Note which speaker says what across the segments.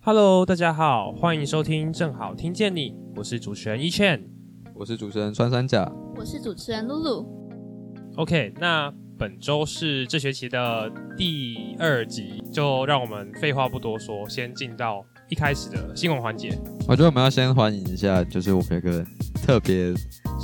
Speaker 1: Hello，大家好，欢迎收听《正好听见你》，我是主持人一倩。
Speaker 2: 我是主持人穿山甲，
Speaker 3: 我是主持人露露，
Speaker 1: OK，那本周是这学期的第二集，就让我们废话不多说，先进到一开始的新闻环节。
Speaker 2: 我觉得我们要先欢迎一下，就是我们有个特别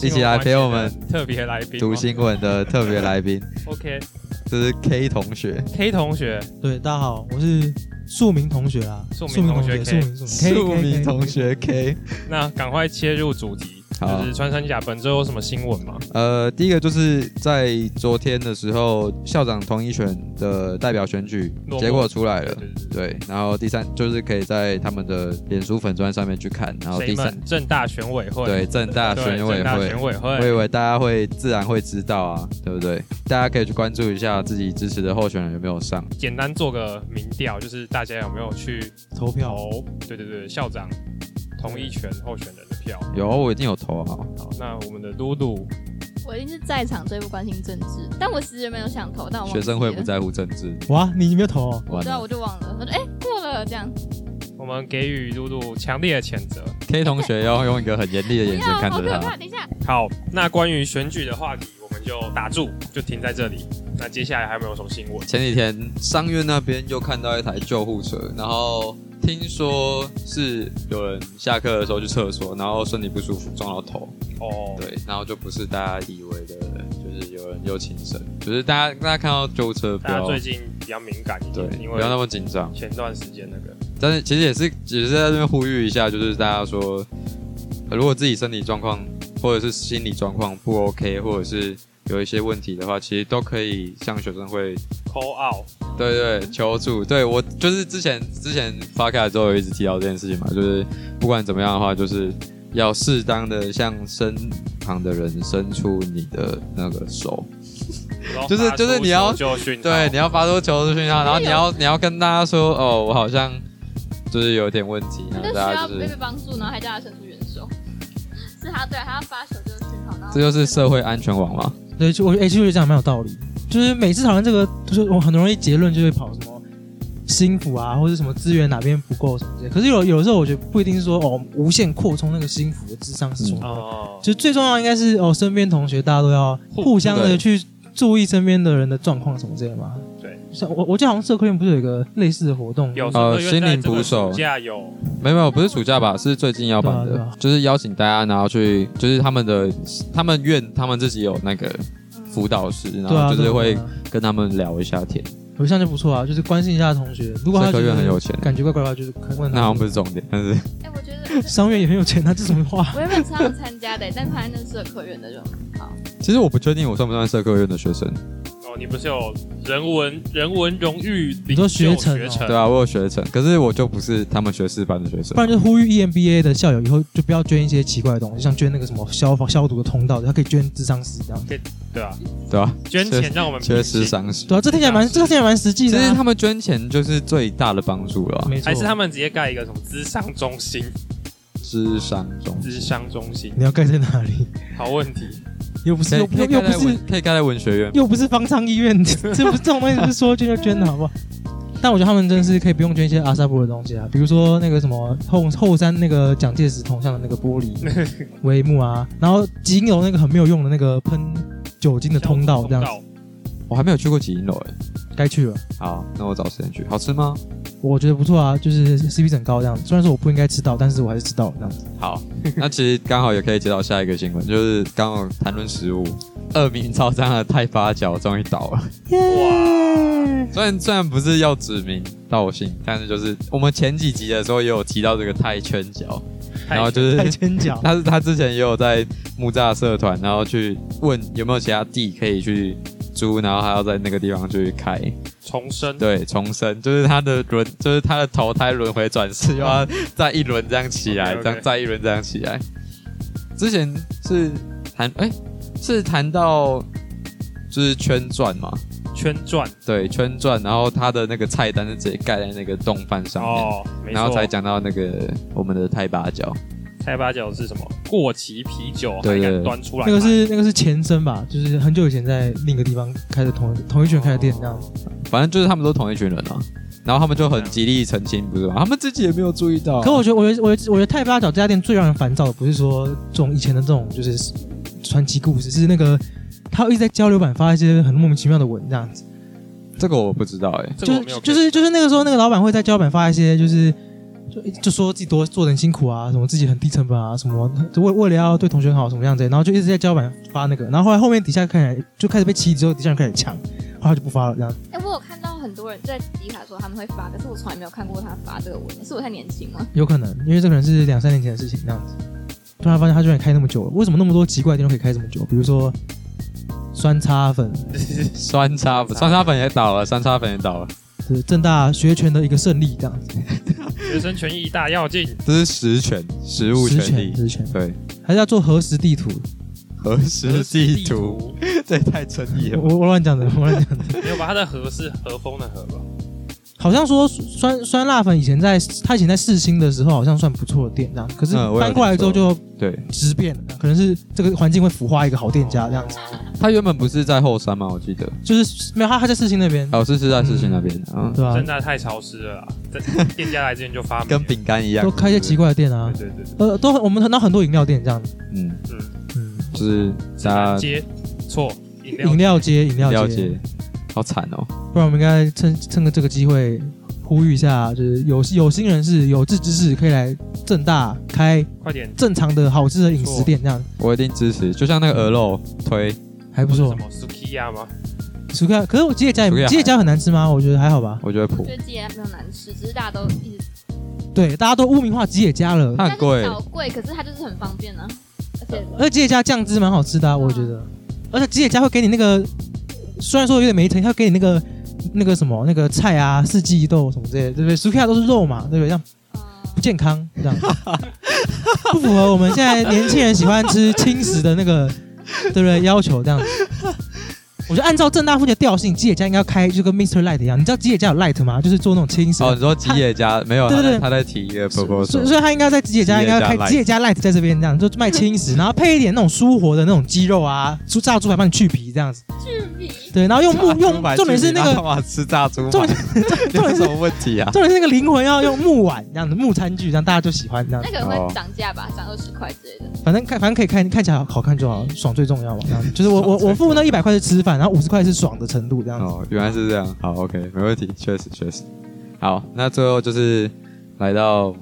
Speaker 2: 一起来陪我们
Speaker 1: 新闻环节的特别来宾
Speaker 2: 读
Speaker 1: 吗
Speaker 2: 新闻的特别来宾，
Speaker 1: OK，K
Speaker 2: 这是 K 同学，
Speaker 1: 同学，
Speaker 4: 对，大家好，我是庶民同学啊，
Speaker 1: 庶民
Speaker 4: 民
Speaker 1: 同
Speaker 4: 同
Speaker 1: 学
Speaker 4: 学，
Speaker 1: K
Speaker 4: 庶民庶民
Speaker 2: 庶民同。
Speaker 4: K，K，K，K
Speaker 2: 学 K。
Speaker 1: 那赶快切入主题，
Speaker 2: 好
Speaker 1: 就是穿山甲本周有什么新闻吗？
Speaker 2: 呃，第一个就是在昨天的时候，校长同意选的代表选举
Speaker 1: 落幕
Speaker 2: 结果出来
Speaker 1: 对
Speaker 2: 了。
Speaker 1: 对对
Speaker 2: 对，然后第三就是可以在他们的脸书粉砖上面去看，然后
Speaker 1: 谁
Speaker 2: 第三
Speaker 1: 们？正大选委会，
Speaker 2: 对正大
Speaker 1: 对
Speaker 2: 选委
Speaker 1: 正大
Speaker 2: 会，
Speaker 1: 选委
Speaker 2: 我以
Speaker 1: 会，
Speaker 2: 为大家会自然会知道啊，对不对？大家可以去关注一下自己支持的候选人有没有上。
Speaker 1: 简单做个民调，就是大家有没有去
Speaker 4: 投票
Speaker 1: 投？对对对，校长同意权候选人的票。
Speaker 2: 有，我一定有啊投好。
Speaker 1: 好，那我们的露露
Speaker 3: 我一定是在场最不关心政治，但我其实没有想投，但我忘
Speaker 2: 学
Speaker 3: 记
Speaker 2: 生会
Speaker 3: 了
Speaker 2: 不，在乎政治，
Speaker 4: 哇，你没有投哦？
Speaker 2: 完
Speaker 3: 对啊，我
Speaker 2: 了。
Speaker 3: 就忘了，我说哎、过了这样，
Speaker 1: 我们给予露露强烈的谴责。
Speaker 2: K 同学要用一个很严厉的
Speaker 3: 不
Speaker 2: 眼
Speaker 3: 要，
Speaker 2: 神看
Speaker 3: 啊好
Speaker 2: 着
Speaker 3: 可
Speaker 2: 他
Speaker 3: 怕，。等一下，
Speaker 1: 好，那关于选举的话题，我们就打住，就停在这里。那接下来还有没有什么新闻？
Speaker 2: 前几天商院那边又看到一台救护车，然后听说是有人下课的时候去厕所，然后身体不舒服撞到头，
Speaker 1: 哦，
Speaker 2: 对，然后就不是大家以为的，就是有人又轻生，就是大家大家看到救护车不
Speaker 1: 大家
Speaker 2: 要
Speaker 1: 最近比较敏感一
Speaker 2: 啊对
Speaker 1: 点，因
Speaker 2: 不要那
Speaker 1: 为
Speaker 2: 么紧张，
Speaker 1: 前段时间那个
Speaker 2: 但是其实也是只是在这边呼吁一下，就是大家说，呃如果自己身体状况或者是心理状况不 OK，或者是有一些问题的话，其实都可以向学生会
Speaker 1: call out，
Speaker 2: 对对求助。对我就是之前之前发开的时候有一直提到这件事情嘛，就是不管怎么样的话，就是要适当的向身旁的人伸出你的那个手，
Speaker 1: 然后
Speaker 2: 就是
Speaker 1: 发出
Speaker 2: 就是你要
Speaker 1: 求救讯号
Speaker 2: 对，你要发出求助讯啊号，然后你要你要跟大家说，哦，我好像就是有点问题，然
Speaker 3: 就
Speaker 2: 后
Speaker 3: 需
Speaker 2: 大家
Speaker 3: 要
Speaker 2: 就是
Speaker 3: 被。被帮助，然后还叫他伸出援手，是他对啊，他要发球就是信号，然后
Speaker 2: 这就是社会安全网嘛？
Speaker 4: 对，就我哎，其实我觉得这样蛮有道理。就是每次讨论这个，就是我很容易结论就会跑什么心腹啊，或者什么资源哪边不够什么之类。可是有有的时候我觉得不一定是说哦，无限扩充那个心腹的智商是什么。
Speaker 2: 嗯
Speaker 1: 哦，
Speaker 4: 就最重要应该是哦，身边同学大家都要
Speaker 1: 互
Speaker 4: 嗯互相
Speaker 2: 对
Speaker 4: 的去注意身边的人的状况什么之类的嘛。
Speaker 1: 对，
Speaker 4: 像我我记得好像社科院不是有一个类似的活动，
Speaker 1: 有时
Speaker 2: 呃
Speaker 1: 候因为
Speaker 2: 心
Speaker 1: 在
Speaker 2: 灵
Speaker 1: 这个
Speaker 2: 捕手
Speaker 1: 暑假有哦
Speaker 2: 没有没有，不是暑假吧？是最近要办
Speaker 4: 对啊对
Speaker 2: 的
Speaker 4: 啊，
Speaker 2: 就是邀请大家，然后去，就是他们的他们院他们自己有那个辅导师，然
Speaker 4: 对啊，
Speaker 2: 后就是
Speaker 4: 对
Speaker 2: 会
Speaker 4: 啊
Speaker 2: 跟他们聊一下天。
Speaker 4: 我这样就不错啊，就是关心一下同学。如果他
Speaker 2: 社科
Speaker 4: 觉
Speaker 2: 院
Speaker 4: 得
Speaker 2: 很有钱
Speaker 4: 感觉怪怪的，就是可以问他。
Speaker 2: 那好像不是重点，但是
Speaker 3: 哎、我觉 得
Speaker 4: 商院也很有钱啊，这什么话？
Speaker 3: 我原本超想参加的，但发现那是社科院的就好，
Speaker 2: 其实我不确定我算不算社科院的学生，
Speaker 1: 哦，你不是有人文人文荣誉领
Speaker 4: 你说
Speaker 1: 袖
Speaker 4: 学程哦
Speaker 1: 学程
Speaker 2: 对啊，我有学成，可是我就不是他们学士班的学生
Speaker 4: 不。然就是呼吁 E EMBA 的校友以后就不要捐一些奇怪的东西，像捐那个什么消防消毒的通道，他可以捐智商师这样。
Speaker 1: 对啊，
Speaker 2: 对啊，
Speaker 1: 捐
Speaker 2: 缺
Speaker 1: 钱让我们
Speaker 2: 缺
Speaker 1: 平
Speaker 2: 失
Speaker 1: 息，
Speaker 2: 伤势。
Speaker 4: 对啊，这听起来蛮这听起来蛮实际
Speaker 2: 其
Speaker 4: 的啊、
Speaker 2: 实他们捐钱就是最大的帮助了啊，
Speaker 4: 没错，
Speaker 1: 还是他们直接盖一个什么智商中心？
Speaker 2: 智商中
Speaker 1: 智商中心，
Speaker 4: 你要盖在哪里？
Speaker 1: 好问题。
Speaker 4: 又不是
Speaker 2: 可以可以
Speaker 4: 又又
Speaker 2: 盖
Speaker 4: 又不
Speaker 2: 在
Speaker 4: 是
Speaker 2: 文可以盖在文学院吗，
Speaker 4: 又不是方舱医院， 这这不这种东西不是说捐就捐的好不好？但我觉得他们真的是可以不用捐一些阿萨布的东西啊，比如说那个什么后后山那个蒋介石铜像的那个玻 璃帷幕啊，然后金楼那个很没有用的那个喷酒精的通道，这样子
Speaker 2: 我还没有去过吉英楼哎。
Speaker 4: 该去了。
Speaker 2: 好，那我找时间去。好吃吗？
Speaker 4: 我觉得不错啊，就是 CP 值很高这样。虽然说我不应该吃到，但是我还是吃到了这样子。
Speaker 2: 好，那其实刚好也可以接到下一个新闻，就是刚好谈论食物，恶名昭彰的泰发角终于倒 了。
Speaker 1: 哇，
Speaker 2: 虽然虽然不是要指名道姓，但是就是我们前几集的时候也有提到这个泰圈角，然后就是
Speaker 4: 太牵脚，
Speaker 2: 他是他之前也有在木栅社团，然后去问有没有其他地可以去租，然后还要在那个地方去开，
Speaker 1: 重生，
Speaker 2: 对，重生，就是他的轮，就是他的投胎轮回转世，又要再一轮这样起来，
Speaker 1: OK，OK
Speaker 2: 这样再一轮这样起来。之前是谈，哎、是谈到就是圈转嘛，
Speaker 1: 圈转
Speaker 2: 对，圈转，然后他的那个菜单是直接盖在那个冻饭上面，
Speaker 1: 哦，没
Speaker 2: 然后
Speaker 1: 错。
Speaker 2: 才讲到那个我们的泰八角，
Speaker 1: 菜八角是什么？过期啤酒还
Speaker 2: 对对
Speaker 1: 敢
Speaker 2: 对
Speaker 1: 端出来卖？
Speaker 4: 那个是那个是前身吧，就是很久以前在另一个地方开的同同一圈开的店这样。
Speaker 2: 反正就是他们都同一群人啊。然后他们就很极力澄清，不是吗？他们自己也没有注意到。
Speaker 4: 可我觉得，我觉得，我觉得，我觉得泰八角这家店最让人烦躁的，不是说这种以前的这种就是传奇故事，是那个他一直在交流版发一些很莫名其妙的文这样子。
Speaker 2: 这个我不知道哎、
Speaker 1: 这个
Speaker 4: 就
Speaker 1: 我
Speaker 4: 是
Speaker 1: 没有
Speaker 4: 就是就是那个时候，那个老板会在交流版发一些就是。就就说自己多做人辛苦啊，什么自己很低成本啊，什么就为为了要对同学好什么样子，然后就一直在交流版发那个，然后后来后面底下开始就开始被起底之后，底下人开始抢，后来就不发了这样。
Speaker 3: 哎、我有看到很多人在迪卡说他们会发，可是我从来没有看过他发这个文，是我太年轻吗？
Speaker 4: 有可能，因为这可能是两三年前的事情，那样子。突然发现他居然开那么久了，为什么那么多奇怪的店都可以开这么久？比如说酸叉粉，
Speaker 2: 酸叉粉，酸叉粉也倒了，酸叉粉也倒了，
Speaker 4: 是正大学拳的一个胜利，这样子。
Speaker 1: 学生权益大要进，
Speaker 2: 这是实权，实物
Speaker 4: 实
Speaker 2: 权
Speaker 4: 权，
Speaker 2: 利。
Speaker 4: 实权，
Speaker 2: 对，
Speaker 4: 还是要做核实地图。
Speaker 2: 核实地图，，这也太争议了吧。
Speaker 4: 我我乱讲的，我乱讲 的。
Speaker 1: 没有吧？它的和是和风的和吧？
Speaker 4: 好像说酸酸辣粉以前在他以前在世新的时候好像算不错的店，这样。可是
Speaker 2: 嗯我有
Speaker 4: 搬过来之后就
Speaker 2: 对，
Speaker 4: 质变了，可能是这个环境会腐化一个好店家这样子。
Speaker 2: 他原本不是在后山吗？我记得，
Speaker 4: 就是没有他他在世新那边，
Speaker 2: 哦，是是在世新那边 啊，
Speaker 4: 对吧、
Speaker 1: 真的太潮湿了啦，这店家来之前就发霉了
Speaker 2: 跟饼干一样，
Speaker 4: 都开一些奇怪的店啊。
Speaker 1: 对对对，
Speaker 4: 呃，都我们很到很多饮料店这样子。
Speaker 2: 嗯，
Speaker 1: 嗯，
Speaker 4: 嗯，
Speaker 2: 就是大家
Speaker 1: 接错饮料
Speaker 4: 饮料街，饮料
Speaker 2: 了
Speaker 4: 街，
Speaker 2: 解，好惨哦。
Speaker 4: 不然我们应该趁趁个这个机会呼吁一下，就是有有心人士、有志之士可以来正大开
Speaker 1: 快点，
Speaker 4: 正常的好吃的饮食店，这样
Speaker 2: 我一定支持，就像那个鹅肉推，
Speaker 4: 还不错
Speaker 1: 什。么 Sukiya 吗？
Speaker 4: 薯片，可是我吉野家
Speaker 2: 薯片
Speaker 4: 也
Speaker 2: 还
Speaker 4: 吉野家很难吃吗？我觉得还好吧。
Speaker 2: 我觉得普
Speaker 3: 就，是鸡也没有难吃，只是大家都一直，
Speaker 4: 对，大家都污名化吉野家了，
Speaker 2: 它很贵
Speaker 3: 但是小贵，可是它就是很方便啊，而且
Speaker 4: 而且吉野家酱汁蛮好吃的啊、我觉得。而且吉野家会给你那个，虽然说有点没诚意，他会给你那个那个什么那个菜啊，四季豆什么之类的，对不对？薯片都是肉嘛，对不对？像不
Speaker 3: 嗯，
Speaker 4: 健康，这样 不符合我们现在年轻人喜欢吃轻食的那个，对不对？要求这样子。我觉得按照正大附近的调性，吉野家应该要开就跟 Mr. Light 一样。你知道吉野家有 Light 吗？就是做那种轻食的。
Speaker 2: 哦，你说吉野家没有？
Speaker 4: 对
Speaker 2: 他
Speaker 4: 对
Speaker 2: 在
Speaker 4: 对
Speaker 2: 他在提一个
Speaker 4: 所
Speaker 2: proposal，
Speaker 4: 以所以他应该在吉野家应该要开
Speaker 2: 吉
Speaker 4: 吉野家 Light 在这边这样，就卖轻 食，然后配一点那种舒活的那种鸡肉啊，猪炸猪排帮你去皮这样子。
Speaker 3: 巨皮，
Speaker 4: 对，然后用木用
Speaker 2: 猪排，
Speaker 4: 重点是
Speaker 2: 去你
Speaker 4: 那
Speaker 2: 妈
Speaker 4: 个
Speaker 2: 干嘛吃炸猪排？
Speaker 4: 重点重
Speaker 2: 有
Speaker 4: 点
Speaker 2: 什
Speaker 4: 是
Speaker 2: 么问题啊？
Speaker 4: 重点是那个灵魂要用木碗这样子木餐具，这样大家就喜欢这样子
Speaker 3: 那。个会涨价吧，涨二十块之类的。
Speaker 4: 反正看，反正可以看，看起来好看就好，爽最重要嘛。这样子就是我我我付那一百块是吃饭，然后五十块是爽的程度这样子。
Speaker 2: 哦，原来是这样。好，OK，没问题，确实确实。好，那最后就是来到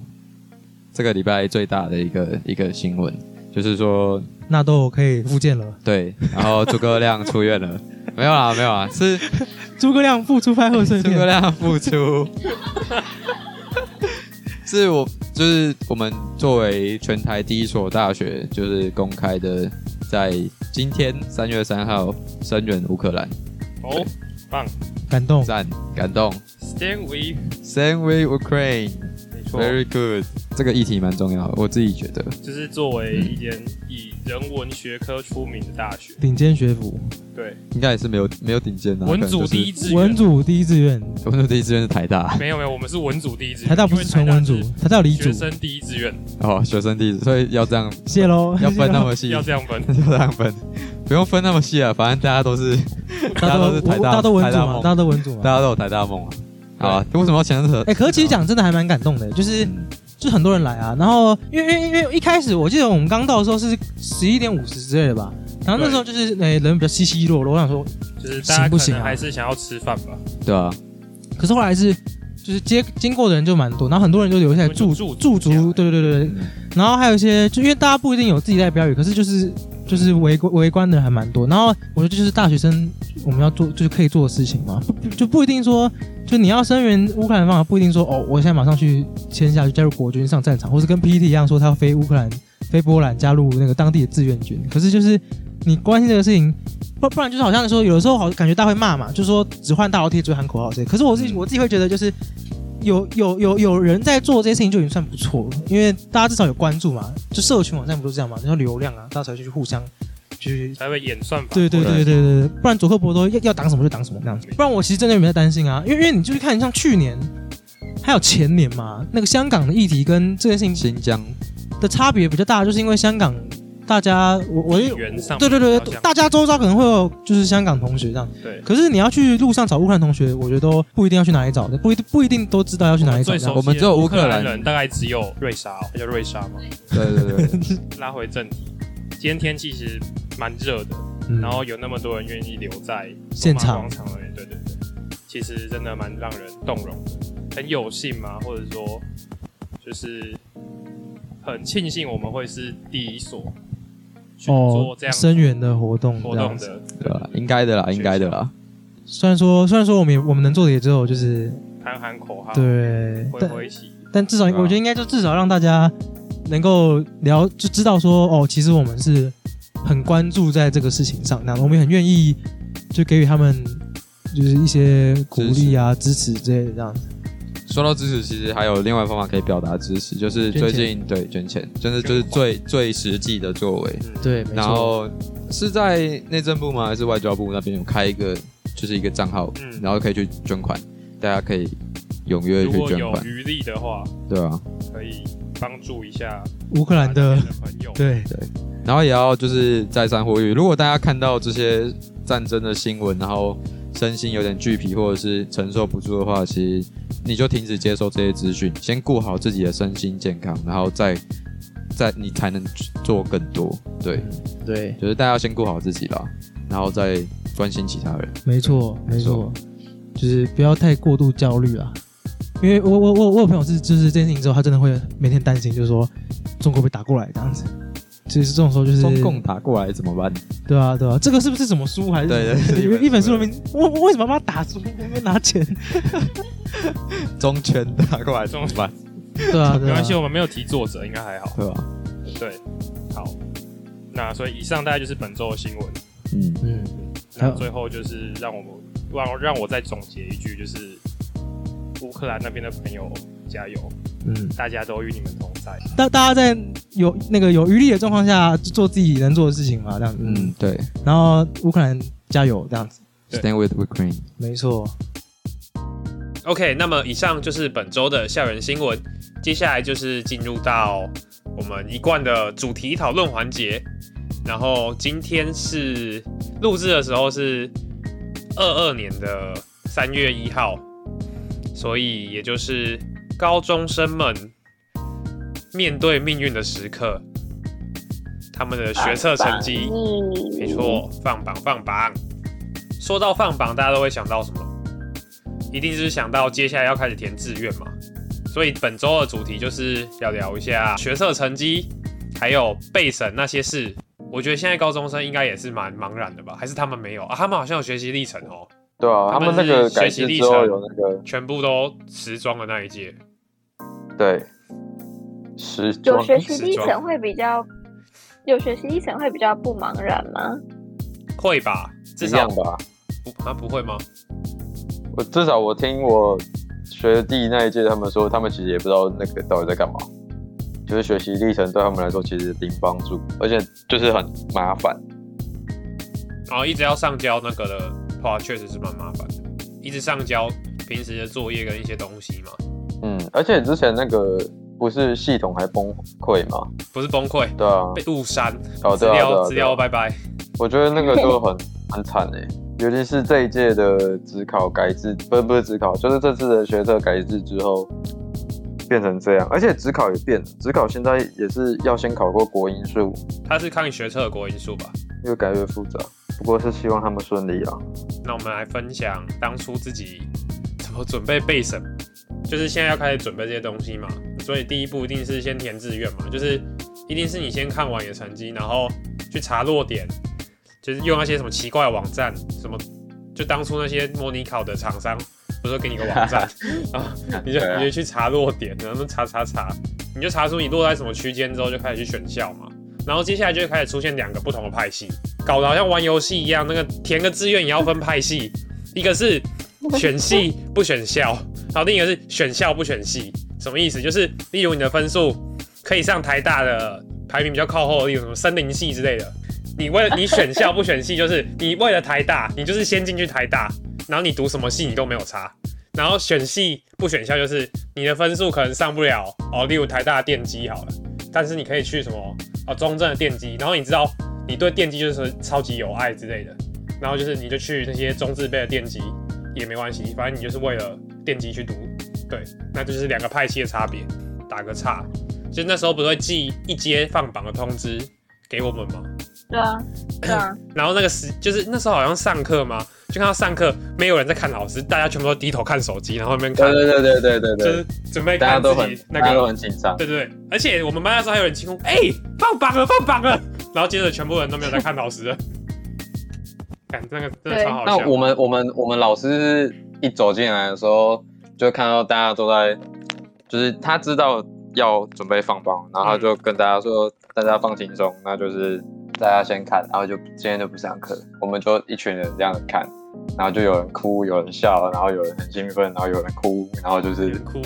Speaker 2: 这个礼拜最大的一个一个新闻，就是说，
Speaker 4: 纳豆可以复健了，
Speaker 2: 对，然后诸葛亮出院了。没有啦，没有啦，是
Speaker 4: 诸葛亮复出拍贺岁
Speaker 2: 诸葛
Speaker 4: 片，
Speaker 2: 亮复出。是我，就是我们作为全台第一所大学，就是公开的，在今天三月三号声援乌克兰，
Speaker 1: 哦，棒
Speaker 4: 感动。
Speaker 2: 赞感动
Speaker 1: ，Stand with，
Speaker 2: ，Same way Ukraine。
Speaker 1: 没错，
Speaker 2: Very good，这个议题蛮重要的，我自己觉得。
Speaker 1: 就是作为一间以人文学科出名的大学，
Speaker 4: 顶尖学府，
Speaker 1: 对，
Speaker 2: 应该也是没有没有顶尖的、啊，
Speaker 1: 文
Speaker 2: 可能
Speaker 1: 组
Speaker 2: 就是
Speaker 1: 第一志
Speaker 4: 文
Speaker 1: 愿，
Speaker 4: 组第一志愿，
Speaker 2: 文组第一志愿是台大
Speaker 1: 没有没有，我们是文组第一志愿，
Speaker 4: 台大不
Speaker 1: 因为
Speaker 4: 是纯文组
Speaker 1: 台大，
Speaker 4: 台大有理
Speaker 1: 是
Speaker 4: 组
Speaker 1: 学，生第一志愿，
Speaker 2: 哦，学生第一，所以要这样
Speaker 4: 谢喽。
Speaker 2: 要分那么细，
Speaker 1: 要
Speaker 2: 要
Speaker 1: 这样分，
Speaker 2: 这样分，不用分那么细啊，反正大家都是大家
Speaker 4: 大家
Speaker 2: 都是
Speaker 4: 都
Speaker 2: 台大
Speaker 4: 大家都文
Speaker 2: 台
Speaker 4: 组
Speaker 2: 大
Speaker 4: 嘛，
Speaker 2: 梦
Speaker 4: 大家都文组
Speaker 2: 大
Speaker 4: 嘛。
Speaker 2: 家都有台大梦啊。好啊，为什么要强扯？
Speaker 4: 哎，可是其实讲真的还蛮感动的，就是
Speaker 2: 嗯
Speaker 4: 就很多人来啊。然后因为因为因为一开始我记得我们刚到的时候是十一点五十之类的吧，然后那时候就是诶人比较稀稀落落，我想说
Speaker 1: 就是大家
Speaker 4: 行不
Speaker 1: 可
Speaker 4: 行啊
Speaker 1: 能还是想要吃饭吧，
Speaker 2: 对啊，
Speaker 4: 可是后来是就是接经过的人就蛮多，然后很多人就留下来
Speaker 1: 就
Speaker 4: 驻
Speaker 1: 驻
Speaker 4: 驻
Speaker 1: 足下来
Speaker 4: 足，对对对对。
Speaker 2: 嗯
Speaker 4: 然后还有一些，就因为大家不一定有自己带标语，可是就是就是围观围观的人还蛮多。然后我觉得就是大学生我们要做就是可以做的事情嘛，不不就不一定说就你要声援乌克兰的方法，不一定说哦，我现在马上去签下去加入国军上战场，或是跟 PT 一样说他要飞乌克兰、飞波兰加入那个当地的志愿军。可是就是你关心这个事情。不不然就是好像说，有的时候好感觉大家会骂嘛，就说只换大头贴，只会喊口号这些。可是我自己
Speaker 2: 嗯
Speaker 4: 我自己会觉得，就是有有有有人在做这些事情就已经算不错了，因为大家至少有关注嘛。就社群网站不都这样嘛，然后流量啊，大家才去互相去。
Speaker 1: 才会演算法，
Speaker 4: 对对
Speaker 2: 对
Speaker 4: 对对对对，不然佐克伯都要要挡什么就挡什么那样子。不然我其实真的没在担心啊，因为因为你就是看像去年还有前年嘛，那个香港的议题跟这件事情
Speaker 2: 新疆
Speaker 4: 的差别比较大，就是因为香港大家我我
Speaker 5: 地缘上
Speaker 4: 对对对
Speaker 5: 比较，像
Speaker 4: 大家周遭可能会有就是香港同学这样，
Speaker 5: 对，
Speaker 4: 可是你要去路上找乌克兰同学，我觉得都不一定要去哪里找，不一定不一定都知道要去哪里找
Speaker 5: 最
Speaker 4: 这样。
Speaker 5: 熟
Speaker 6: 我们
Speaker 5: 悉
Speaker 6: 只
Speaker 5: 的
Speaker 6: 有乌
Speaker 5: 乌
Speaker 6: 克
Speaker 5: 兰
Speaker 6: 兰
Speaker 5: 人，大概只有瑞莎、哦，那叫瑞莎嘛。
Speaker 6: 对对对，
Speaker 5: 拉回正题，今天天气其实蛮热的，
Speaker 4: 嗯
Speaker 5: 然后有那么多人愿意留在
Speaker 4: 现
Speaker 5: 马
Speaker 4: 场
Speaker 5: 广场而已，对对对，其实真的蛮让人动容的，很有幸嘛，或者说就是很庆幸我们会是第一所去做
Speaker 4: 哦
Speaker 5: 这，样
Speaker 4: 声援的活动
Speaker 5: 活
Speaker 4: 这
Speaker 5: 动
Speaker 4: 样子。
Speaker 5: 的，
Speaker 6: 对吧？应该的啦，应该的啦。
Speaker 4: 虽然说虽然说我们也我们能做的也只有就是
Speaker 5: 喊喊口号，
Speaker 4: 对，
Speaker 5: 啊挥
Speaker 4: 但
Speaker 5: 挥旗，
Speaker 4: 但至少
Speaker 6: 对啊
Speaker 4: 我觉得应该就至少让大家能够了就知道说哦，其实我们是很关注在这个事情上，那我们也很愿意就给予他们就是一些鼓励啊、支持之类的这样子。
Speaker 6: 说到支持，其实还有另外一方法可以表达支持，就是
Speaker 4: 捐钱
Speaker 6: 最近对捐钱，真的就是
Speaker 5: 捐款
Speaker 6: 最最实际的作为。
Speaker 5: 嗯，
Speaker 4: 对，没
Speaker 6: 然后是在内政部吗？还是外交部那边有开一个，就是一个账号，
Speaker 5: 嗯
Speaker 6: 然后可以去捐款，大家可以踊跃
Speaker 5: 如
Speaker 6: 去
Speaker 5: 果
Speaker 6: 捐
Speaker 5: 有
Speaker 6: 款，
Speaker 5: 余力的话，
Speaker 6: 对啊。
Speaker 5: 可以帮助一下
Speaker 4: 乌克兰的
Speaker 5: 那边朋友，
Speaker 4: 对
Speaker 6: 然后也要就是再三呼吁，如果大家看到这些战争的新闻，然后身心有点俱疲或者是承受不住的话，其实你就停止接受这些资讯，先顾好自己的身心健康，然后再再你才能做更多。对，
Speaker 4: 对，
Speaker 6: 就是大家先顾好自己啦，然后再关心其他人。
Speaker 4: 没错，没
Speaker 6: 没
Speaker 4: 错
Speaker 6: 错，
Speaker 4: 就是不要太过度焦虑啊。因为我我我我有朋友是就是这件事情之后，他真的会每天担心，就是说中国被打过来这样子。其实这种时候就是
Speaker 6: 中共打过来怎么办？
Speaker 4: 对啊对啊，这个是不是什么书还是
Speaker 6: 对对对
Speaker 4: 有
Speaker 6: 一本
Speaker 4: 一本书
Speaker 6: 书
Speaker 4: 的名字？我我为什么要帮他打书？我要拿钱？
Speaker 6: 中拳打过来怎
Speaker 5: 中
Speaker 6: 么办？
Speaker 4: 对啊，
Speaker 5: 没
Speaker 4: 对啊
Speaker 5: 关系，我们没有提作者，应该还好。
Speaker 6: 对吧？
Speaker 5: 对，好，那所以以上大概就是本周的新闻。
Speaker 6: 嗯，
Speaker 4: 嗯，
Speaker 5: 那最后就是让我们让让我再总结一句，就是乌克兰那边的朋友加油，
Speaker 4: 嗯，
Speaker 5: 大家都与你们同在。
Speaker 4: 大大家在有那个有余力的状况下，就做自己能做的事情嘛，这样子。
Speaker 6: 嗯，，对
Speaker 4: 然后乌克兰加油，这样子，
Speaker 5: 对
Speaker 6: ，Stand with Ukraine。
Speaker 4: 没错。
Speaker 1: OK，那么以上就是本周的校园新闻，接下来就是进入到我们一贯的主题讨论环节。然后今天是录制的时候是二二年的三月一号，所以也就是高中生们面对命运的时刻，他们的学测成绩。
Speaker 7: 嗯，
Speaker 1: 没错，放榜放榜。说到放榜，大家都会想到什么？一定是想到接下来要开始填志愿嘛。所以本周的主题就是要聊一下学测成绩，还有备审那些事。我觉得现在高中生应该也是蛮茫然的吧？还是他们没有啊？他们好像有学习历程哦，
Speaker 2: 对啊，
Speaker 1: 他
Speaker 2: 他
Speaker 1: 们
Speaker 2: 们那个
Speaker 1: 是
Speaker 2: 改
Speaker 1: 学习
Speaker 2: 制
Speaker 1: 历
Speaker 2: 之后
Speaker 1: 程
Speaker 2: 有那个
Speaker 1: 全部都时装的那一届。
Speaker 2: 对时
Speaker 7: 有
Speaker 2: 装
Speaker 7: 学习
Speaker 1: 时
Speaker 7: 历
Speaker 1: 装
Speaker 7: 程会比较，有学习历程会比较不茫然吗？
Speaker 1: 会吧？至
Speaker 2: 一
Speaker 1: 少
Speaker 2: 样吧。
Speaker 1: 不啊不会吗？
Speaker 2: 我至少我听我学弟那一届他们说，他们其实也不知道那个到底在干嘛，就是学习历程对他们来说其实零帮助，而且就是很麻烦。
Speaker 1: 然后哦一直要上交那个的话，确实是蛮麻烦的。一直上交平时的作业跟一些东西嘛，
Speaker 2: 嗯，而且之前那个不是系统还崩溃嘛？
Speaker 1: 不是崩溃，
Speaker 2: 对啊，
Speaker 1: 被误删，
Speaker 2: 哦
Speaker 1: 资
Speaker 2: 对啊对
Speaker 1: 料
Speaker 2: 啊
Speaker 1: 资
Speaker 2: 对啊
Speaker 1: 料，拜拜。
Speaker 2: 我觉得那个就很很惨哎、尤其是这一届的职考改制，不是不是职考，就是这次的学测改制之后变成这样，而且职考也变了，职考现在也是要先考过国英数，
Speaker 1: 它是抗学测的国因素吧？
Speaker 2: 越改越复杂。不过是希望他们顺利啊。
Speaker 1: 那我们来分享当初自己怎么准备备审，就是现在要开始准备这些东西嘛，所以第一步一定是先填志愿嘛，就是一定是你先看完你的成绩，然后去查落点，就是用那些什么奇怪的网站，什么就当初那些模拟考的厂商，不是说给你个网 站，然后你就
Speaker 2: 对啊
Speaker 1: 你就去查落点，然后查查查，你就查出你落在什么区间之后，就开始去选校嘛。然后接下来就会开始出现两个不同的派系，搞得好像玩游戏一样，那个填个志愿也要分派系，一个是选系不选校，然后另一个是选校不选系，什么意思？就是例如你的分数可以上台大的排名比较靠后的，例如什么森林系之类的，你为了你选校不选系，就是你为了台大，你就是先进去台大，然后你读什么系你都没有差。然后选系不选校，就是你的分数可能上不了哦，例如台大电机好了，但是你可以去什么哦中正的电机，然后你知道你对电机就是超级有爱之类的，然后就是你就去那些中字辈的电机也没关系，反正你就是为了电机去读，对，那就是两个派系的差别，打个岔。就那时候不是会寄一阶放榜的通知给我们吗？
Speaker 7: 对啊，对啊，
Speaker 1: 然后那个时就是那时候好像上课嘛，就看到上课没有人在看老师，大家全部都低头看手机，然后那边看
Speaker 2: 对，对对对对对
Speaker 1: 就是
Speaker 2: 对，
Speaker 1: 准备
Speaker 2: 大家
Speaker 1: 看自
Speaker 2: 都很
Speaker 1: 己那
Speaker 2: 大家都
Speaker 1: 个，
Speaker 2: 很紧张，
Speaker 1: 对对对，而且我们班那时候还有人轻呼，哎、放榜了，放榜了，然后接着全部人都没有在看老师了， 感那个真的超好
Speaker 2: 那
Speaker 1: 笑。
Speaker 2: 我们我们我们老师一走进来的时候，就看到大家都在，就是他知道要准备放榜，然后他就跟大家说，大家放轻松，那就是大家先看，然后就今天就不上课，我们就一群人这样看，然后就有人哭，有人笑，然后有人很兴奋，然后有人哭，然后就是
Speaker 1: 哭，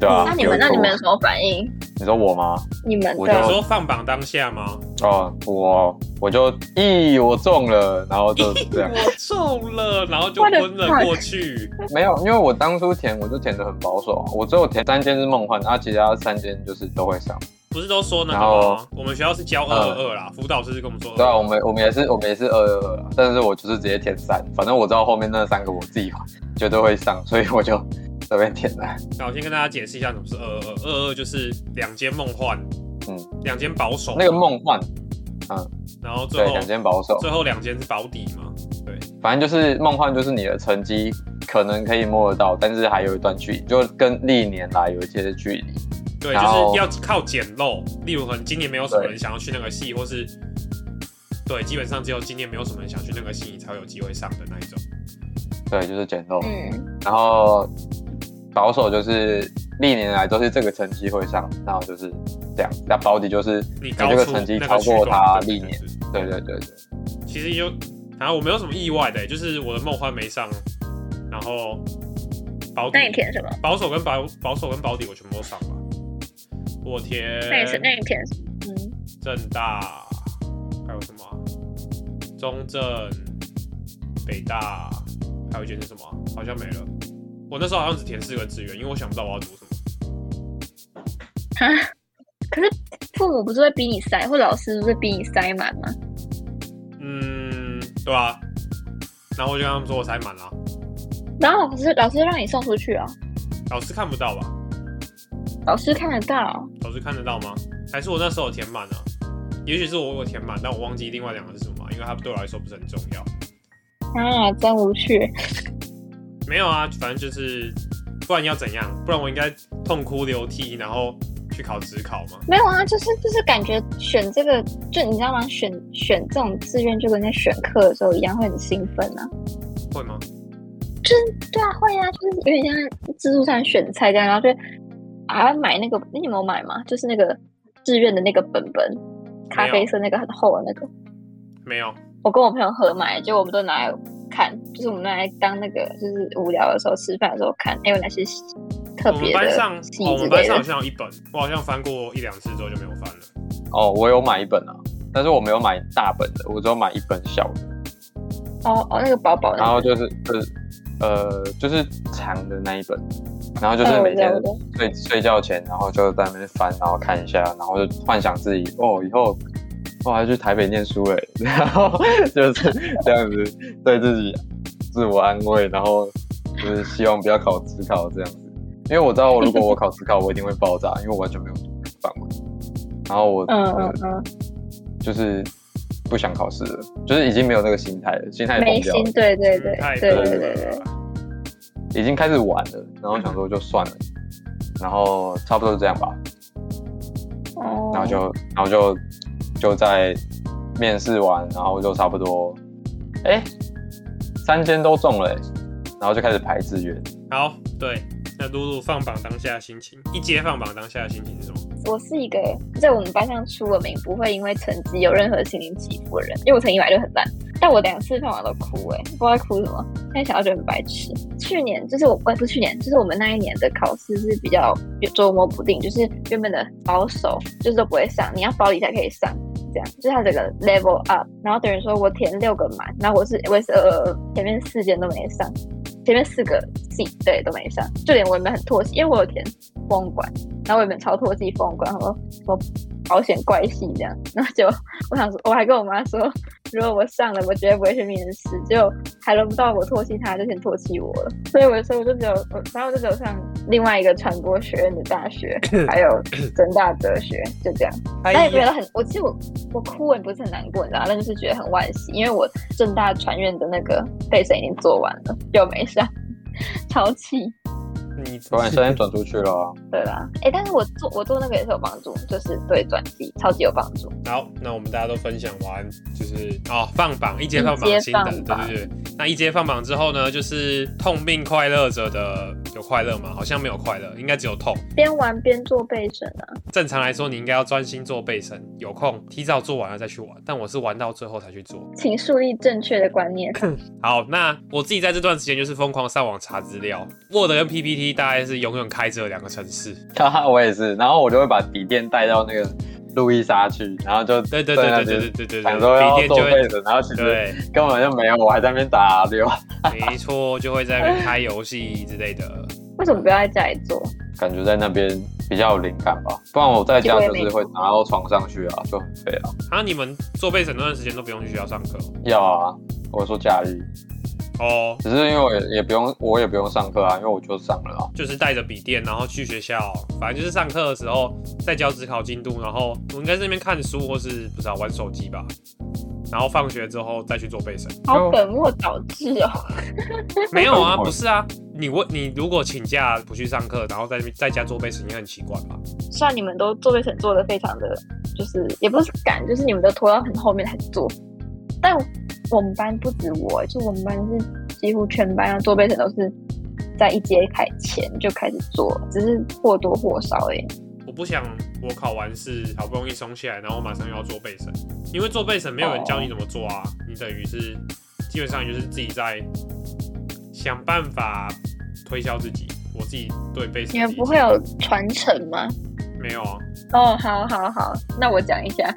Speaker 2: 对啊，
Speaker 7: 那你
Speaker 2: 有
Speaker 7: 们嗯那
Speaker 2: 人
Speaker 7: 你
Speaker 2: 哭
Speaker 7: 们有什么反应？
Speaker 2: 你说我吗？
Speaker 7: 你们
Speaker 2: 我
Speaker 7: 对
Speaker 2: 就
Speaker 7: 啊
Speaker 1: 你说放榜当下吗？
Speaker 2: 哦，我我就咦，我中了，然后就这 样。
Speaker 1: 我中了，然后就
Speaker 7: What the
Speaker 1: 昏了
Speaker 7: fuck？
Speaker 1: 过去。
Speaker 2: 没有，因为我当初填我就填的很保守啊，我只有填三间是梦幻，啊，其他三间就是都会上。
Speaker 1: 不是都说那个
Speaker 2: 然后哦
Speaker 1: 吗？我们学校是教二二二啦，辅导师是跟我们说222。
Speaker 2: 对啊，我们我们也是我们也是二二二啊，但是我就是直接填三，反正我知道后面那三个我自己绝对会上，所以我就随便填了。
Speaker 1: 那我先跟大家解释一下什么是二二二。二二就是两间梦幻，
Speaker 2: 嗯，
Speaker 1: 两间保守，
Speaker 2: 那个梦幻，
Speaker 1: 然后最
Speaker 2: 对，
Speaker 1: 后
Speaker 2: 两间保守，
Speaker 1: 最后两间是保底嘛。
Speaker 2: 反正就是梦幻，就是你的成绩可能可以摸得到，但是还有一段距离，就跟历年来有一些距离。
Speaker 1: 对，就
Speaker 2: 然后
Speaker 1: 是要靠捡漏。例如，可能今年没有什么人想要去那个系，或是对，基本上只有今年没有什么人想去那个系，你才会有机会上的那一种。
Speaker 2: 对，就是捡漏。
Speaker 7: 嗯，
Speaker 2: 然后保守就是历年来都是这个成绩会上，然后就是这样。那保底就是
Speaker 1: 你高
Speaker 2: 这个
Speaker 1: 出
Speaker 2: 成绩
Speaker 1: 那
Speaker 2: 超
Speaker 1: 区
Speaker 2: 过
Speaker 1: 段
Speaker 2: 他
Speaker 1: 对
Speaker 2: 历
Speaker 1: 对
Speaker 2: 年，
Speaker 1: 对
Speaker 2: 对对对对，
Speaker 1: 其实就然后我没有什么意外的、欸就是我的梦幻没上，然后保底
Speaker 7: 那你填什么？
Speaker 1: 保守跟保保守跟保底我全部都上了。我填
Speaker 7: 那你是那你填什么？嗯，
Speaker 1: 正大，还有什么啊、中正、北大，还有一间是什么啊、好像没了。我那时候好像只填四个志愿，因为我想不到我要读什么。
Speaker 7: 父母不是会逼你塞，或老师不是逼你塞满吗？
Speaker 1: 嗯，对啊。然后我就跟他们说我塞满了，啊
Speaker 7: 然后可是老师让你送出去哦，
Speaker 1: 老师看不到吧？
Speaker 7: 老师看得到，
Speaker 1: 老师看得到吗？还是我那时候有填满了？也许是我有填满，但我忘记另外两个是什么啊，因为它对我来说不是很重要。
Speaker 7: 啊，真无趣。
Speaker 1: 没有啊，反正就是，不然要怎样？不然我应该痛哭流涕，然后去考职考嘛。
Speaker 7: 没有啊，就是就是感觉选这个，就你知道吗？选选这种志愿就跟在选课的时候一样，会很兴奋啊。
Speaker 1: 会吗？
Speaker 7: 对啊，会啊，就是有点像自助餐选菜这样，然后就还要买那个，你有没有买吗？就是那个志愿的那个本本，咖啡色那个很厚的那个，
Speaker 1: 没有，
Speaker 7: 我跟我朋友合买，就我们都拿来看，就是我们拿来当那个就是无聊的时候吃饭的时候看，还有哪些特
Speaker 1: 我们
Speaker 7: 别
Speaker 1: 班
Speaker 7: 的
Speaker 1: 上、
Speaker 7: 戏
Speaker 1: 哦我
Speaker 7: 之
Speaker 1: 们班
Speaker 7: 类的
Speaker 1: 上好。像有一本，我好像翻过一两次之后就没有翻了。
Speaker 2: 哦，我有买一本啊，但是我没有买大本的，我只有买一本小的，
Speaker 7: 哦哦，那个薄薄的，
Speaker 2: 然后就是就是呃就是长的那一本，然后就是
Speaker 7: 哦
Speaker 2: 每天
Speaker 7: 我知道我
Speaker 2: 睡睡觉前，然后就在那边翻，然后看一下，然后就幻想自己哦以后。我还去台北念书哎， 然后就是这样子对自己自我安慰，然后就是希望不要考职考这样子，因为我知道如果我考职考，我一定会爆炸，因为我完全没有读范围，然后我
Speaker 7: 嗯嗯嗯。
Speaker 2: 就是不想考试了，就是已经没有那个心态了，心态
Speaker 7: 没
Speaker 2: 疯掉
Speaker 7: 心
Speaker 2: 了，，
Speaker 7: 对对对
Speaker 1: 嗯太
Speaker 7: 对对
Speaker 1: 多
Speaker 7: 对
Speaker 1: 了
Speaker 7: 对对，
Speaker 2: 已经开始玩了，然后想说就算了，然后差不多就这样吧，
Speaker 7: 哦，
Speaker 2: 然后就然后就就在面试完，然后就差不多，哎，三间都中了、诶然后就开始排志愿，
Speaker 1: 好，对，那露露放榜当下的心情，一接放榜当下的心情是什么？
Speaker 7: 我是一个在我们班上出了名不会因为成绩有任何心灵起伏的人，因为我成绩本来就很烂，但我两次放完都哭哎、不知道在哭什么，现在想到觉得很白痴。去年就是我，呃不是去年，就是我们那一年的考试是比较捉摸不定，就是原本的保守就是都不会上，你要保底才可以上。这样，就是它整个 level up，然后等于说我填六个满，然后我是我也是呃前面四间都没上，前面四个 C 对都没上，就连我原本很唾弃，因为我有填风管，然后我原本超唾弃风管，然后说什么保险怪系这样，然后就我想说，我还跟我妈说，如果我上了，我绝对不会去面试，结果还轮不到我唾弃她，就先唾弃我了，所以我说我就只有，我反正我就只有上另外一个传播学院的大学，还有整大哲学，就这样。但也觉得很，我其实我我哭也不是很难过，你知道吗，但就是觉得很惋惜，因为我正大传院的那个备审已经做完了，又没上， 超气。
Speaker 1: 你
Speaker 2: 突然现 在转出去了啊，
Speaker 7: 对啦，哎、但是我做我做那个也是有帮助，就是对转机超级有帮助。
Speaker 1: 好，那我们大家都分享完，就是哦放榜一阶放
Speaker 7: 一
Speaker 1: 榜
Speaker 7: 阶
Speaker 1: 新的，
Speaker 7: 放榜
Speaker 1: 对对对。那一阶放榜之后呢，就是痛并快乐着的，有快乐吗？好像没有快乐，应该只有痛。
Speaker 7: 边玩边做备审啊，
Speaker 1: 正常来说，你应该要专心做背审，有空提早做完了再去玩。但我是玩到最后才去做。
Speaker 7: 请树立正确的观念。
Speaker 1: 好，那我自己在这段时间就是疯狂上网查资料，Word 跟 PPT 大概是永远开着的两个城市。
Speaker 2: 哈哈，我也是。然后我就会把笔电带到那个路易莎去，然后就
Speaker 1: 对对对
Speaker 2: 在那
Speaker 1: 对
Speaker 2: 边
Speaker 1: 对对对对
Speaker 2: 想说要
Speaker 1: 对，笔电
Speaker 2: 做
Speaker 1: 就
Speaker 2: 背
Speaker 1: 会
Speaker 2: 着，然后其实
Speaker 1: 对。
Speaker 2: 根本就没有，我还在那边打六，啊
Speaker 1: 没错，就会在那边开游戏之类的。
Speaker 7: 为什么不要在家里做？
Speaker 2: 感觉在那边比较有灵感吧。不然我在家就是会拿到床上去啊，就很废啊。
Speaker 1: 啊，你们做备审那段时间都不用去学校上课
Speaker 2: 要啊，我说假日，
Speaker 1: 哦，
Speaker 2: 只是因为我也也不用，我也不用上课啊，因为我就上了啊。
Speaker 1: 就是带着笔电，然后去学校，反正就是上课的时候在交职考进度，然后我应该在那边看书或是不知道玩手机吧。然后放学之后再去做备审，
Speaker 7: 好本末倒置哦。
Speaker 1: 没有啊，不是啊，你问你如果请假不去上课，然后在那边在家做备审，也很奇怪吧？
Speaker 7: 虽然你们都做备审做的非常的，就是也不是赶，就是你们都拖到很后面才做。但我们班不止我，就我们班是几乎全班要做备审都是在一节开前就开始做，只是或多或少而已。
Speaker 1: 我不想我考完试好不容易松懈，然后马上又要做备审，因为做备审没有人教你怎么做
Speaker 2: 哦
Speaker 1: 啊，你等于是基本上你就是自己在想办法推销自己。我自己对备审
Speaker 7: 你
Speaker 1: 的
Speaker 7: 们
Speaker 1: 理解
Speaker 7: 不会有传承吗？
Speaker 1: 没有啊？
Speaker 7: 哦，好好好，那我讲一下，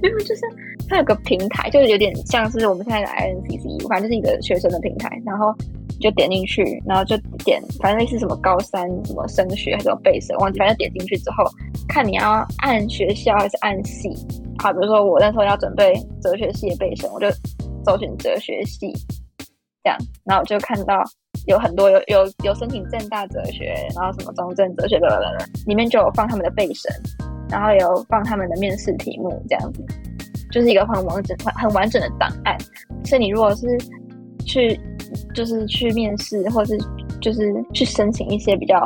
Speaker 7: 因为就是它有个平台，就是有点像是我们现在的 INCC，反正就是一个学生的平台，然后你就点进去，然后就点，反正类似什么高三什么升学还是什么备审，忘记，反正点进去之后，看你要按学校还是按系。好，比如说我那时候要准备哲学系的备审，我就搜寻哲学系，这样，然后我就看到有很多有有有申请正大哲学，然后什么中正哲学，等等等等，里面就有放他们的备审，然后有放他们的面试题目，这样子，就是一个很完整、很完整的档案。所以你如果是去，就是去面试，或是就是去申请一些比较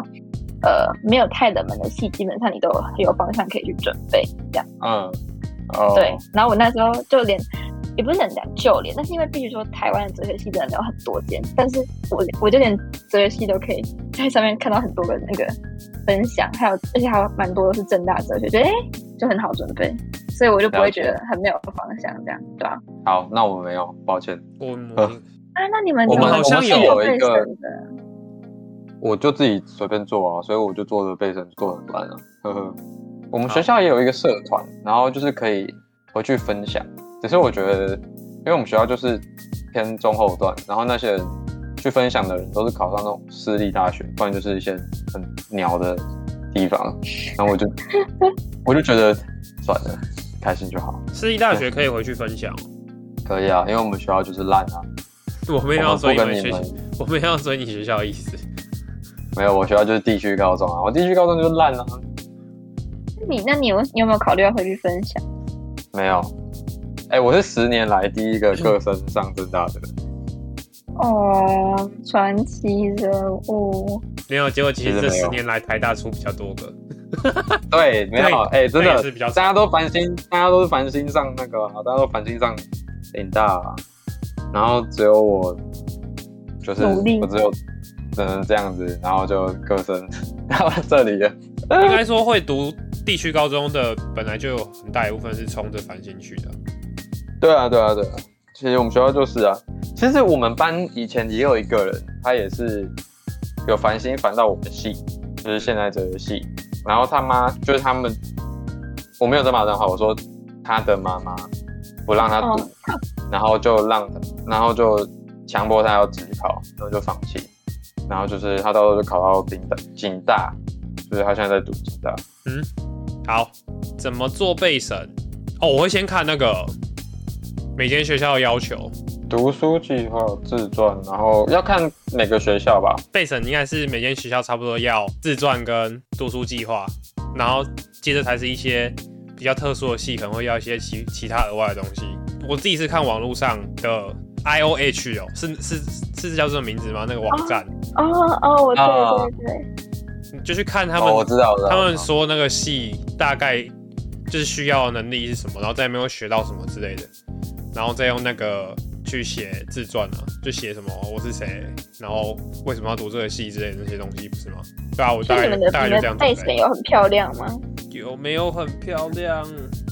Speaker 7: 呃没有太冷门的戏，基本上你都有有方向可以去准备，这样。
Speaker 2: 嗯，哦，
Speaker 7: 对，然后我那时候就连也不是很讲就连，但是因为必须说台湾的哲学系真的有很多间，但是我我就连哲学系都可以在上面看到很多的那个分享，还有而且还有蛮多都是正大哲学，觉得哎、诶就很好准备，所以我就不会觉得很没有方向这样，对啊。
Speaker 2: 好，那我没有，抱歉，
Speaker 1: 我
Speaker 2: 呃
Speaker 7: 啊，那你们
Speaker 2: 我
Speaker 7: 你
Speaker 2: 们
Speaker 1: 好像
Speaker 7: 是
Speaker 1: 有
Speaker 7: 做
Speaker 2: 一
Speaker 7: 备
Speaker 2: 个
Speaker 7: 审的，
Speaker 2: 我就自己随便做啊，所以我就做的背身做得很烂啊，呵呵。我们学校也有一个社团，然后就是可以回去分享，只是我觉得，因为我们学校就是偏中后段，然后那些人去分享的人都是考上那种私立大学，不然就是一些很鸟的地方，然后我就我就觉得算了，开心就好，
Speaker 1: 私立大学可以回去分享。
Speaker 2: 可以啊，因为我们学校就是烂啊，
Speaker 1: 我没有
Speaker 2: 我
Speaker 1: 要
Speaker 2: 们
Speaker 1: 追你
Speaker 2: 不跟
Speaker 1: 们
Speaker 2: 你
Speaker 1: 学
Speaker 2: 们
Speaker 1: 校，我没有要追你学校的意思。
Speaker 2: 没有，我学校就是地区高中啊，我地区高中就是烂啊，
Speaker 7: 你那你有你有没有考虑要回去分享？
Speaker 2: 没有。哎、我是十年来第一个各生上正大的人，
Speaker 7: 哦，传奇人物，
Speaker 1: 没有，结果其实这
Speaker 2: 其实没有
Speaker 1: 十年来台大出比较多个，
Speaker 2: 对，没有，哎、真
Speaker 1: 那也
Speaker 2: 的
Speaker 1: 是比较
Speaker 2: 大家都繁星，大家都是繁星上那个啊、大家都繁星上顶大、啊，然后只有我，就是
Speaker 7: 努力
Speaker 2: 我只有只能这样子，然后就各生 到这里了。
Speaker 1: 应该说会读地区高中的本来就有很大一部分是冲着繁星去的。
Speaker 2: 对啊，对啊，对啊。其实我们学校就是啊，其实我们班以前也有一个人，他也是有烦心烦到我们系，就是现在这个系。然后他妈就是他们，我没有在骂脏话，我说他的妈妈不让他读，
Speaker 7: 哦
Speaker 2: 然后就让他，然后就强迫他要职考，然后就放弃，然后就是他到时候就考到顶大，警大，就是他现在在读吉大，
Speaker 1: 好，怎么做备审？哦，我会先看那个每间学校的要求。
Speaker 2: 读书计划自传，然后要看每个学校吧。
Speaker 1: 备审应该是每间学校差不多要自传跟读书计划，然后接着才是一些比较特殊的系，可能会要一些其其他额外的东西。我自己是看网络上的 I O H 哦，是是是叫这个名字吗？那个网站，
Speaker 7: 哦哦，我
Speaker 2: 啊
Speaker 7: 对对对，
Speaker 1: 你就去看他们、
Speaker 2: 哦，我知道，我知道。
Speaker 1: 他们说那个系大概就是需要的能力是什么，然后在里面会学到什么之类的，然后再用那个去写自传啊，就写什么我是谁，然后为什么要读这个系之类的那些东西，不是吗？对啊，我
Speaker 7: 就
Speaker 1: 大
Speaker 7: 是
Speaker 1: 概
Speaker 7: 你们的
Speaker 1: 大概
Speaker 7: 你
Speaker 1: 就
Speaker 7: 们
Speaker 1: 这样
Speaker 7: 的
Speaker 1: 子
Speaker 7: 背。景有很漂亮吗？
Speaker 1: 有没有很漂亮？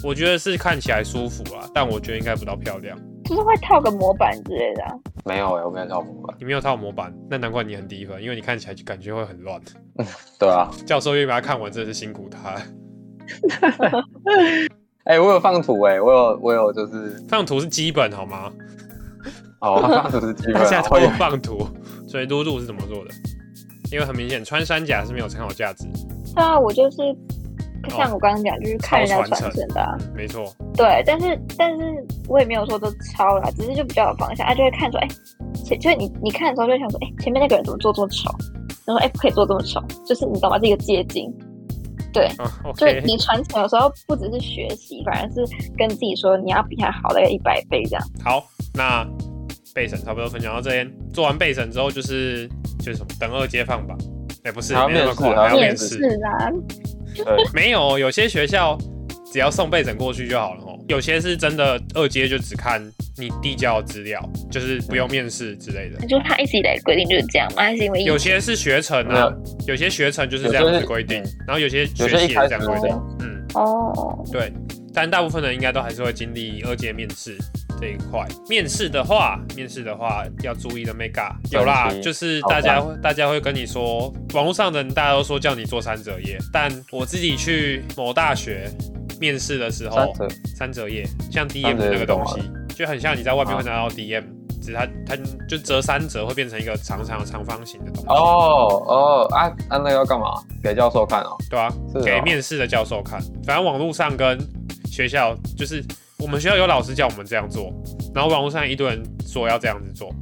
Speaker 1: 我觉得是看起来舒服啊，但我觉得应该不到漂亮。
Speaker 7: 就是会套个模板之类的啊、
Speaker 2: 没有哎、我没有到模板。
Speaker 1: 你没有套模板，那难怪你很低分，因为你看起来就感觉会很乱。
Speaker 2: 对啊，
Speaker 1: 教授愿意把它看完，真的是辛苦他。
Speaker 2: 哎、我有放图哎、我有我有就是
Speaker 1: 放图是基本好吗？
Speaker 2: 哦，放图是基 本
Speaker 1: 大家
Speaker 2: 啊。
Speaker 1: 都
Speaker 2: 我
Speaker 1: 有
Speaker 2: 有
Speaker 1: 放图，所以嘟嘟是怎么做的？因为很明显，穿山甲是没有参考价值。
Speaker 7: 对啊，我就是像我刚刚讲，就是看人家
Speaker 1: 抄传承
Speaker 7: 传承的、啊，
Speaker 1: 嗯，没错，
Speaker 7: 对，但是但是我也没有说都抄啦，只是就比较有方向，啊，就会看说，哎、前就是你你看的时候就会想说，哎、前面那个人怎么做这么丑，然后哎、不可以做这么丑，就是你懂吗？这个借鉴，对，
Speaker 1: 嗯
Speaker 7: 就是
Speaker 1: ，OK，
Speaker 7: 你传承有时候不只是学习，反而是跟自己说你要比他好大概一百倍这样。
Speaker 1: 好，那备审差不多分享到这边。做完备审之后，就是就是什么等二阶放榜，哎、不是，
Speaker 2: 还要
Speaker 1: 没那么
Speaker 2: 面试
Speaker 1: 快，
Speaker 2: 还要
Speaker 1: 还要面
Speaker 2: 试
Speaker 1: 试。
Speaker 7: 啊，
Speaker 1: 没有，有些学校只要送备审过去就好了哦。有些是真的二阶就只看你递交的资料，就是不用面试之类的。
Speaker 7: 就是他一直以来的规定就是这样嘛，还是因为疫
Speaker 1: 有些是学程
Speaker 2: 没
Speaker 1: 啊
Speaker 2: 有，
Speaker 1: 有些学程就是这样子规定
Speaker 2: 有些，嗯
Speaker 1: 然后有些学
Speaker 2: 有
Speaker 1: 期
Speaker 2: 些
Speaker 1: 也
Speaker 2: 一
Speaker 1: 是
Speaker 2: 开
Speaker 1: 这样
Speaker 2: 始就
Speaker 1: 规
Speaker 2: 这
Speaker 1: 定
Speaker 2: 样。。
Speaker 1: 嗯，
Speaker 7: 哦，
Speaker 1: 对，但大部分人应该都还是会经历二阶面试这一块。面试的话，面试的话要注意的 mega 有啦
Speaker 2: 专，题
Speaker 1: 就是
Speaker 2: 好
Speaker 1: 大家
Speaker 2: 吧
Speaker 1: 会大家会跟你说，网络上的人大家都说叫你做三折页，但我自己去某大学面试的时候
Speaker 2: 三，折
Speaker 1: 三折页像 DM
Speaker 2: 三折
Speaker 1: 那
Speaker 2: 页
Speaker 1: 个
Speaker 2: 是干
Speaker 1: 东
Speaker 2: 嘛
Speaker 1: 西，就很像你在外
Speaker 2: 啊
Speaker 1: 面会拿到 DM，、只是它它就折三折会变成一个长长的长方形的东西。
Speaker 2: 哦哦啊啊，那个要干嘛？给教授看哦。
Speaker 1: 对啊，
Speaker 2: 是哦
Speaker 1: 给面试的教授看。反正网络上跟学校，就是我们学校有老师叫我们这样做，然后网络上一堆人说要这样子做。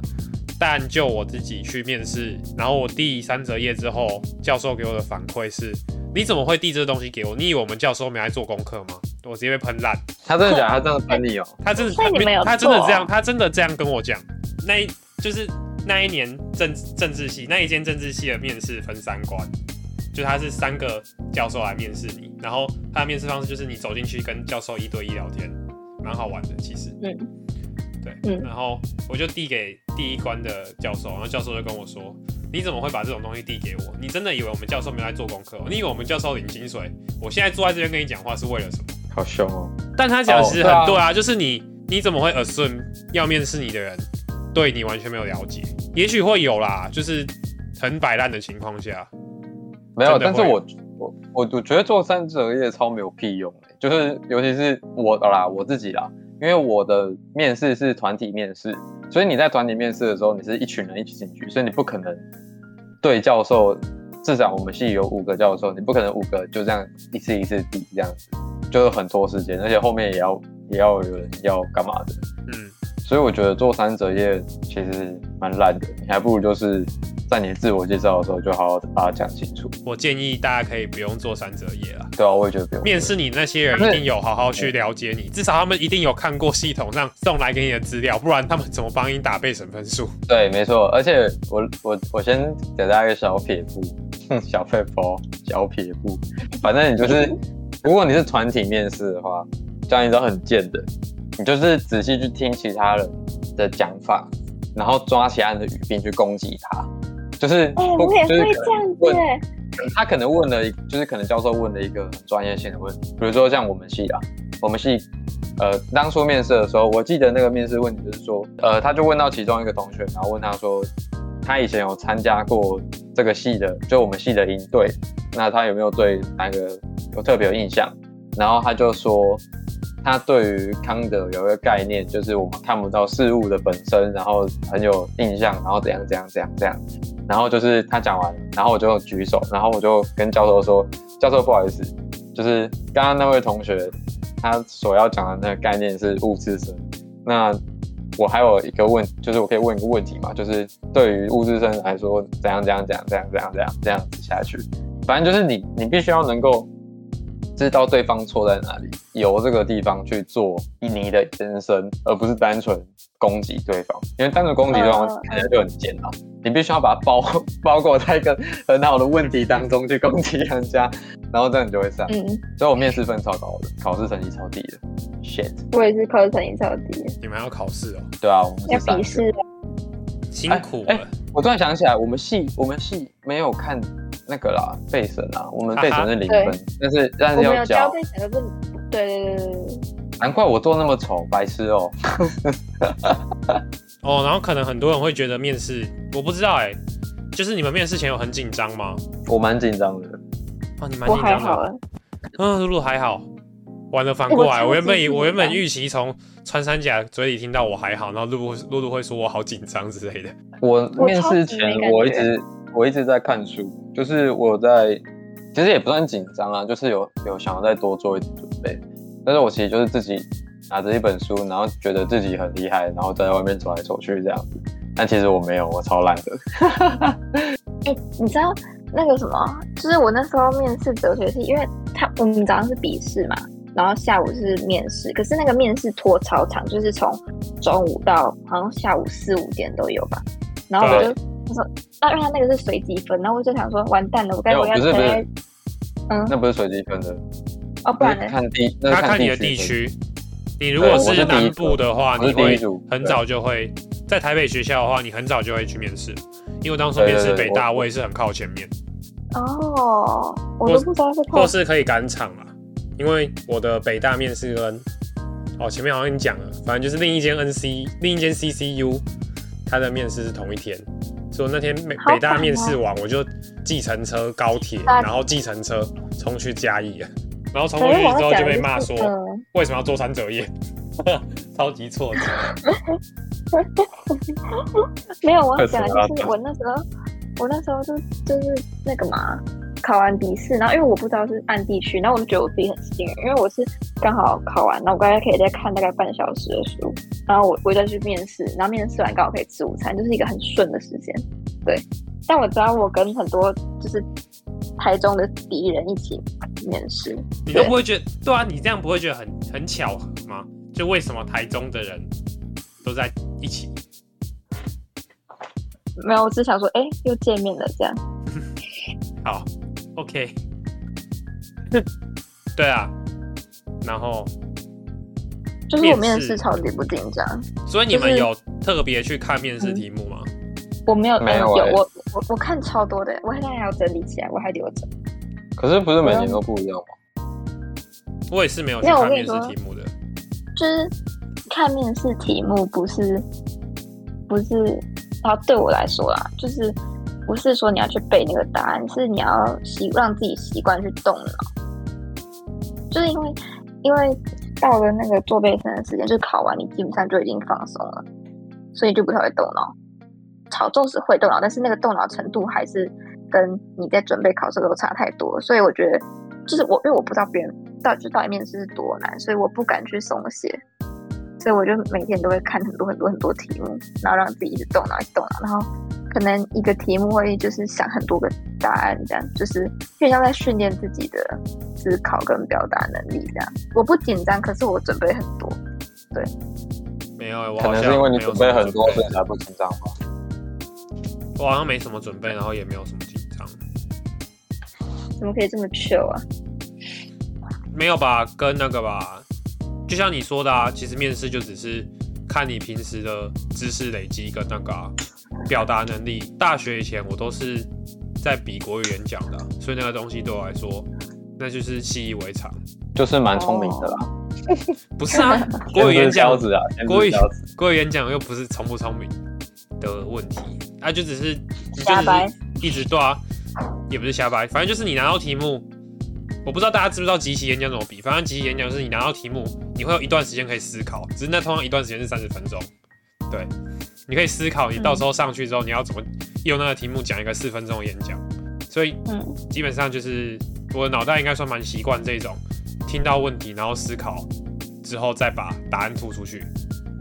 Speaker 1: 但就我自己去面试，然后我递三折页之后，教授给我的反馈是：你怎么会递这个东西给我？你以为我们教授没来做功课吗？我直接被喷烂。
Speaker 2: 他真的假的？他这样喷你哦？
Speaker 1: 他真的，
Speaker 7: 所以你们有啊
Speaker 1: 他真的
Speaker 7: 做
Speaker 1: 这样，他真的这样跟我讲。那一就是那一年政政治系那一间政治系的面试分三关，就他是三个教授来面试你，然后他的面试方式就是你走进去跟教授一对一聊天，蛮好玩的其实。
Speaker 7: 嗯，
Speaker 1: 对，
Speaker 7: 嗯
Speaker 1: 然后我就递给第一关的教授，然后教授就跟我说：“你怎么会把这种东西递给我？你真的以为我们教授没来做功课哦？你以为我们教授领薪水？我现在坐在这边跟你讲话是为了什么？”
Speaker 2: 好凶哦！
Speaker 1: 但他讲的其实
Speaker 2: 哦对啊
Speaker 1: 很对啊，就是你你怎么会 assume 要面试你的人对你完全没有了解？也许会有啦，就是很摆烂的情况下，
Speaker 2: 没有，
Speaker 1: 真
Speaker 2: 但
Speaker 1: 的
Speaker 2: 是
Speaker 1: 会
Speaker 2: 我我我我觉得做三折页超没有屁用的、就是尤其是我好啦，我自己啦，因为我的面试是团体面试，所以你在团体面试的时候，你是一群人一起进去，所以你不可能对教授，至少我们系有五个教授，你不可能五个就这样一次一次比这样子，就是很拖时间，而且后面也要也要有人要干嘛的，
Speaker 1: 嗯，
Speaker 2: 所以我觉得做三折页其实蛮烂的，你还不如就是在你自我介绍的时候就好好的把它讲清楚。
Speaker 1: 我建议大家可以不用做三折页啦。
Speaker 2: 对啊，我也觉得不用。
Speaker 1: 面试你那些人一定有好好去了解你，至少他们一定有看过系统上送来给你的资料，不然他们怎么帮你打备审分数？
Speaker 2: 对，没错。而且我我我先给大家一个小撇步，哼小撇步，小撇步。反正你就是，如果你是团体面试的话，教你招很贱的，你就是仔细去听其他人的讲法，然后抓其他人的语病去攻击他。就是
Speaker 7: 哎、
Speaker 2: 不
Speaker 7: 我也
Speaker 2: 就是
Speaker 7: 会
Speaker 2: 哦可能
Speaker 7: 这样子
Speaker 2: 问
Speaker 7: 欸、
Speaker 2: 他可能问了一，就是可能教授问了一个很专业性的问题，比如说像我们系啊，我们系，呃，当初面试的时候，我记得那个面试问题就是说，呃，他就问到其中一个同学，然后问他说，他以前有参加过这个系的，就我们系的营队，那他有没有对哪个有特别有印象？然后他就说，他对于康德有一个概念，就是我们看不到事物的本身，然后很有印象，然后怎样怎样怎样怎样。然后就是他讲完，然后我就举手，然后我就跟教授说：“教授，不好意思，就是刚刚那位同学他所要讲的那个概念是物质生。那我还有一个问，就是我可以问一个问题嘛，就是对于物质生来说，怎样怎样怎样怎样怎样怎样这样子下去，反正就是你你必须要能够知道对方错在哪里，由这个地方去做你的延伸，而不是单纯攻击对方，因为单纯攻击对方
Speaker 7: 嗯
Speaker 2: 看起来就很贱啊。你必须要把它包包裹在一个很好的问题当中去攻击人家，然后这样你就会上。
Speaker 7: 嗯，
Speaker 2: 所以我面试分超高的，考试成绩超低的。shit，
Speaker 7: 我也是考成绩超低的，
Speaker 1: 你们还要考试哦，
Speaker 2: 对啊，我们
Speaker 7: 要
Speaker 2: 是三
Speaker 7: 笔
Speaker 2: 个。
Speaker 7: 试啊，
Speaker 1: 辛苦
Speaker 2: 哎
Speaker 1: 了。
Speaker 2: 我突然想起来，我们系我们系没有看那个啦，备审啊，我们备审是零
Speaker 7: 啊
Speaker 2: 分，但是但
Speaker 7: 我
Speaker 2: 是
Speaker 7: 们有
Speaker 2: 要
Speaker 7: 交
Speaker 2: 交，
Speaker 7: 备审，可是对对对对对，
Speaker 2: 难怪我做那么丑，白痴哦。
Speaker 1: 哦，然后可能很多人会觉得面试，我不知道哎、就是你们面试前有很紧张吗？
Speaker 2: 我蛮紧张的，
Speaker 1: 啊，你蛮
Speaker 7: 我
Speaker 1: 紧
Speaker 7: 还
Speaker 1: 张
Speaker 7: 好
Speaker 1: 的。
Speaker 7: 啊，
Speaker 1: 嗯，露露还好。完了，反过来，
Speaker 7: 我
Speaker 1: 我原本以
Speaker 7: 超级紧张
Speaker 1: 我原本预期从穿山甲嘴里听到我还好，然后露露露露会说我好紧张之类的。
Speaker 2: 我
Speaker 7: 我
Speaker 2: 面试
Speaker 7: 超级没
Speaker 2: 前
Speaker 7: 感觉
Speaker 2: 我一直我一直在看书，就是我在其实也不算紧张啊，就是有有想要再多做一点准备，但是我其实就是自己拿着一本书，然后觉得自己很厉害，然后在外面走来走去这样子。但其实我没有，我超懒的。
Speaker 7: 哎、你知道那个什么？就是我那时候面试哲学系，因为他嗯我们早上是笔试嘛，然后下午是面试，可是那个面试拖超长，就是从中午到好像下午四五点都有吧。然后我就我说，那因为他那个是随机分，然后我就想说，完蛋了，我该
Speaker 2: 没有
Speaker 7: 我要
Speaker 2: 不是不是
Speaker 7: 该嗯，
Speaker 2: 那不是随机分的，
Speaker 7: 哦，不
Speaker 2: 那
Speaker 7: 然
Speaker 2: 是
Speaker 7: 呢？
Speaker 2: 看地，那
Speaker 1: 他
Speaker 2: 是
Speaker 1: 看你的
Speaker 2: 分
Speaker 1: 地。区，你如果
Speaker 2: 对我
Speaker 1: 是
Speaker 2: 是第一
Speaker 1: 南部
Speaker 2: 组
Speaker 1: 的话，
Speaker 2: 我
Speaker 1: 你
Speaker 2: 是第一
Speaker 1: 会
Speaker 2: 组
Speaker 1: 很
Speaker 2: 对
Speaker 1: 早就会在台北学校的话，你很早就会去面试，因为我当初
Speaker 2: 对
Speaker 1: 面试
Speaker 2: 对对
Speaker 1: 北大，
Speaker 2: 我
Speaker 1: 我也是很靠前面，
Speaker 7: 哦，我都不知道是
Speaker 1: 或
Speaker 7: 看
Speaker 1: 是可以赶场啦，因为我的北大面试跟哦前面好像已经讲了，反正就是另一间 NC 另一间 CCU，它的面试是同一天，所以我那天北
Speaker 7: 好
Speaker 1: 北大
Speaker 7: 赶哦
Speaker 1: 面试完，我就计程车高铁，
Speaker 7: 啊
Speaker 1: 然后计程车冲去嘉义了，然后冲
Speaker 7: 反
Speaker 1: 过去
Speaker 7: 正哎我
Speaker 1: 之
Speaker 7: 要
Speaker 1: 后
Speaker 7: 讲
Speaker 1: 就
Speaker 7: 的
Speaker 1: 被
Speaker 7: 是
Speaker 1: 骂说。
Speaker 7: 嗯，
Speaker 1: 为什么要做三折页？ 超级挫折。
Speaker 7: 没有，我要
Speaker 2: 快死
Speaker 7: 讲的
Speaker 2: 了啊
Speaker 7: 就是我那时候，我那时候就就是那个嘛，考完笔试，然后因为我不知道是按地区，然后我就觉得我自己很幸运，因为我是刚好考完，然后我刚才可以再看大概半小时的书，然后我我再去面试，然后面试完刚好可以吃午餐，就是一个很顺的时间。对，但我知道我跟很多就是台中的敌人一起面试，
Speaker 1: 你都不会觉得，对啊，你这样不会觉得很很巧合吗？就为什么台中的人都在一起？
Speaker 7: 没有，我只想说，哎，又见面了这样。
Speaker 1: 好，OK，对啊，然后，
Speaker 7: 就是我面
Speaker 1: 面试
Speaker 7: 试超级不紧张，
Speaker 1: 所以你们
Speaker 7: 就是嗯
Speaker 1: 有特别去看面试题目吗？
Speaker 7: 我没有
Speaker 2: 没有欸
Speaker 7: 我我我看超多的，我现在还要整理起来，我还留着。
Speaker 2: 可是不是每年都不一样吗？
Speaker 1: 我也是没有去
Speaker 7: 没有
Speaker 1: 看
Speaker 7: 我跟
Speaker 1: 面
Speaker 7: 你
Speaker 1: 试
Speaker 7: 说
Speaker 1: 题目的。
Speaker 7: 就是看面试题目不是不是，然后对我来说啦，就是不是说你要去背那个答案，是你要习让自己习惯去动脑，就是因为因为到了那个做背诵的时间，就是考完你基本上就已经放松了，所以就不太会动脑。考纵使会动脑，但是那个动脑程度还是跟你在准备考试的时候差太多了，所以我觉得就是我，因为我不知道别人到底就到底面试是多难，所以我不敢去松懈，所以我就每天都会看很多很多很多题目，然后让自己一直动脑，一直动脑，然后可能一个题目会就是想很多个答案，这样就是有点像在训练自己的思考跟表达能力这样。我不紧张，可是我准备很多，
Speaker 1: 没有欸、我
Speaker 2: 可
Speaker 1: 好
Speaker 2: 能
Speaker 1: 像
Speaker 2: 是因为你
Speaker 1: 没有
Speaker 2: 准
Speaker 1: 什
Speaker 2: 备
Speaker 1: 么
Speaker 2: 很多，所
Speaker 1: 准
Speaker 2: 以才不紧张吧。
Speaker 1: 备我好像没什么准备，然后也没有什么紧张。
Speaker 7: 怎么可以这么 chill 啊？
Speaker 1: 没有吧，跟那个吧，就像你说的啊，其实面试就只是看你平时的知识累积跟那个啊、表达能力。大学以前我都是在比国语演讲的啊、所以那个东西对我来说，那就是习以为常。
Speaker 2: 就是蛮聪明的啦，
Speaker 1: 哦不是 啊，国语演
Speaker 2: 天
Speaker 1: 讲
Speaker 2: 之骄子啊，天之
Speaker 1: 国语
Speaker 2: 骄子
Speaker 1: 国语演讲又不是聪不聪明的问题，啊，就只是你就只
Speaker 7: 瞎掰
Speaker 1: 是一直对啊，也不是瞎掰，反正就是你拿到题目，我不知道大家知不知道即席演讲怎么比，反正即席演讲就是你拿到题目，你会有一段时间可以思考，只是那通常一段时间是三十分钟，对，你可以思考你到时候上去之后你要怎么用那个题目讲一个四分钟的演讲，所以
Speaker 7: 嗯，
Speaker 1: 基本上就是我的脑袋应该算蛮习惯这种听到问题，然后思考之后再把答案吐出去，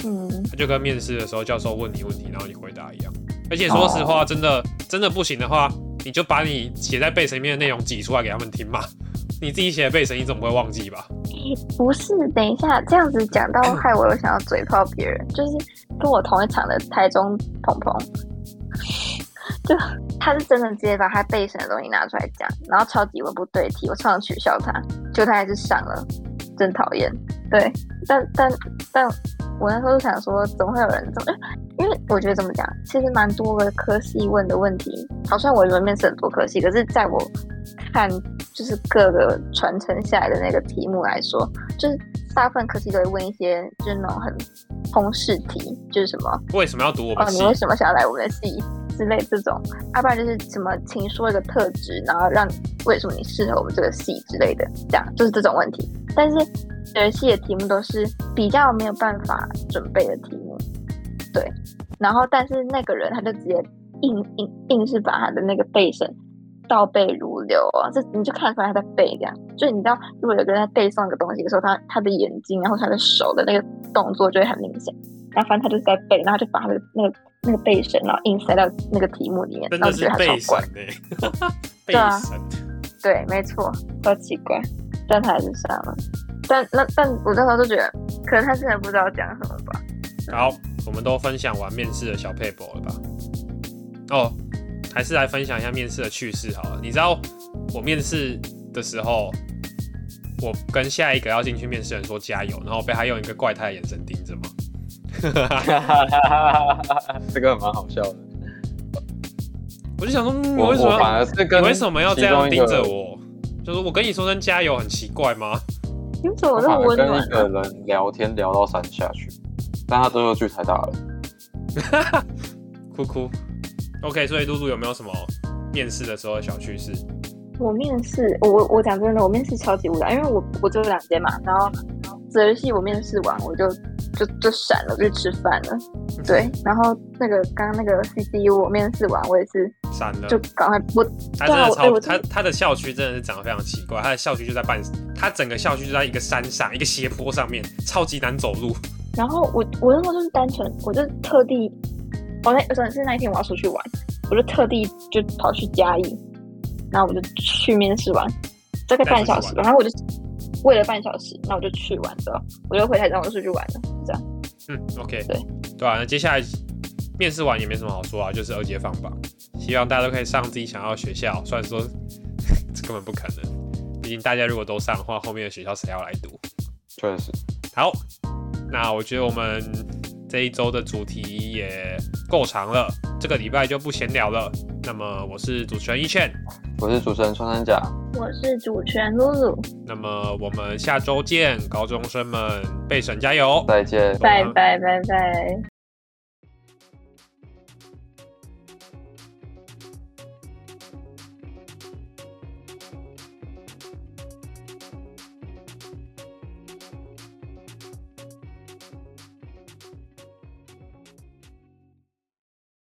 Speaker 7: 嗯，
Speaker 1: 它就跟面试的时候教授问你问题，然后你回答一样。而且说实话，真的真的不行的话，你就把你写在背神里面的内容挤出来给他们听嘛。 你自己写的背神，你总不会忘记吧？
Speaker 7: 不是，等一下这样子讲到害我又想要嘴炮别人，就是跟我同一场的台中鹏鹏，就他是真的直接把他背神的东西拿出来讲，然后超级文不对题，我超想取笑他，结果他还是上了，真讨厌。对，但但但我那时候就想说，怎么会有人这么？因为我觉得怎么讲，其实蛮多个科系问的问题，好像我们面试很多科系，可是在我看就是各个传承下来的那个题目来说，就是大部分科系都会问一些就是那种很通识题，就是什么
Speaker 1: 为什么要读我
Speaker 7: 哦
Speaker 1: 们，系
Speaker 7: 你？为什么想要来我们的系之类这种，要不然就是什么，请说一个特质，然后让为什么你适合我们这个系之类的，这样就是这种问题。但是学系的题目都是比较没有办法准备的题目，对。然后，但是那个人他就直接硬硬硬是把他的那个背审倒背如流啊，这你就看出来他在背这样。就你知道，如果有个人在背诵一个东西的时候，他他的眼睛，然后他的手的那个动作就会很明显。然后反正他就是在背，然后他就把他的那个那个背神，然后硬塞到那个题目里面，
Speaker 1: 真
Speaker 7: 然后
Speaker 1: 的
Speaker 7: 觉
Speaker 1: 是
Speaker 7: 得他
Speaker 1: 背
Speaker 7: 超
Speaker 1: 神
Speaker 7: 怪。
Speaker 1: 呢、背
Speaker 7: 对啊
Speaker 1: 神。
Speaker 7: 对，没错，超奇怪，但他还是删了。但那但我那时候就觉得，可能他真的不知道讲什么吧。
Speaker 1: 好，我们都分享完面试的小 paper 了吧？哦，还是来分享一下面试的趣事好了。你知道我面试的时候，我跟下一个要进去面试的人说加油，然后被他用一个怪胎的眼神盯着吗？
Speaker 2: 这个蛮好笑的。
Speaker 1: 我就想说，嗯、
Speaker 2: 我
Speaker 1: 为什么
Speaker 2: 我反
Speaker 1: 要
Speaker 2: 而是跟
Speaker 1: 你为什么要这样盯着
Speaker 2: 其中一个？
Speaker 1: 我？就是我跟你说声加油，很奇怪吗？
Speaker 7: 你怎么
Speaker 2: 我
Speaker 7: 那
Speaker 2: 反
Speaker 7: 么
Speaker 2: 而
Speaker 7: 温
Speaker 2: 跟
Speaker 7: 暖
Speaker 2: 一
Speaker 7: 啊、
Speaker 2: 个人聊天聊到山下去，但他最后去台大了。
Speaker 1: 哭哭。OK，所以露露有没有什么面试的时候的小趣事？
Speaker 7: 我面试，我我我讲真的，我面试超级无聊，因为我我只有两间嘛，然后哲系我面试完我就就就闪了，我就去吃饭了。对，然后那个刚刚那个 CCU 我面试完，我也是
Speaker 1: 闪了。
Speaker 7: 就赶快我
Speaker 1: 他真的
Speaker 7: 对啊我哎
Speaker 1: 超，
Speaker 7: 我
Speaker 1: 他他的校区真的是长得非常奇怪，他的校区就在半，他整个校区就在一个山上，一个斜坡上面，超级难走路。
Speaker 7: 然后我我那时候就是单纯，我就特地，我那真的是那一天我要出去玩，我就特地就跑去嘉义，然后我就去面试完，大概半小时吧，然后我就为了半小时，那我就去玩之后，我就回台中我就出去玩了，这样。
Speaker 1: 嗯，OK，
Speaker 7: 对，
Speaker 1: 对啊，那接下来面试完也没什么好说啊，就是二阶放榜，希望大家都可以上自己想要的学校。虽然说 这根本不可能，毕竟大家如果都上的话，后面的学校谁要来读？
Speaker 2: 确实，
Speaker 1: 好，那我觉得我们这一周的主题也够长了，这个礼拜就不闲聊了。那么我是主持人一倩，
Speaker 2: 我是主持人穿山甲，
Speaker 7: 我是主持人露露，
Speaker 1: 那么我们下周见，高中生们，备审加油！
Speaker 2: 再见。
Speaker 7: 拜拜拜拜。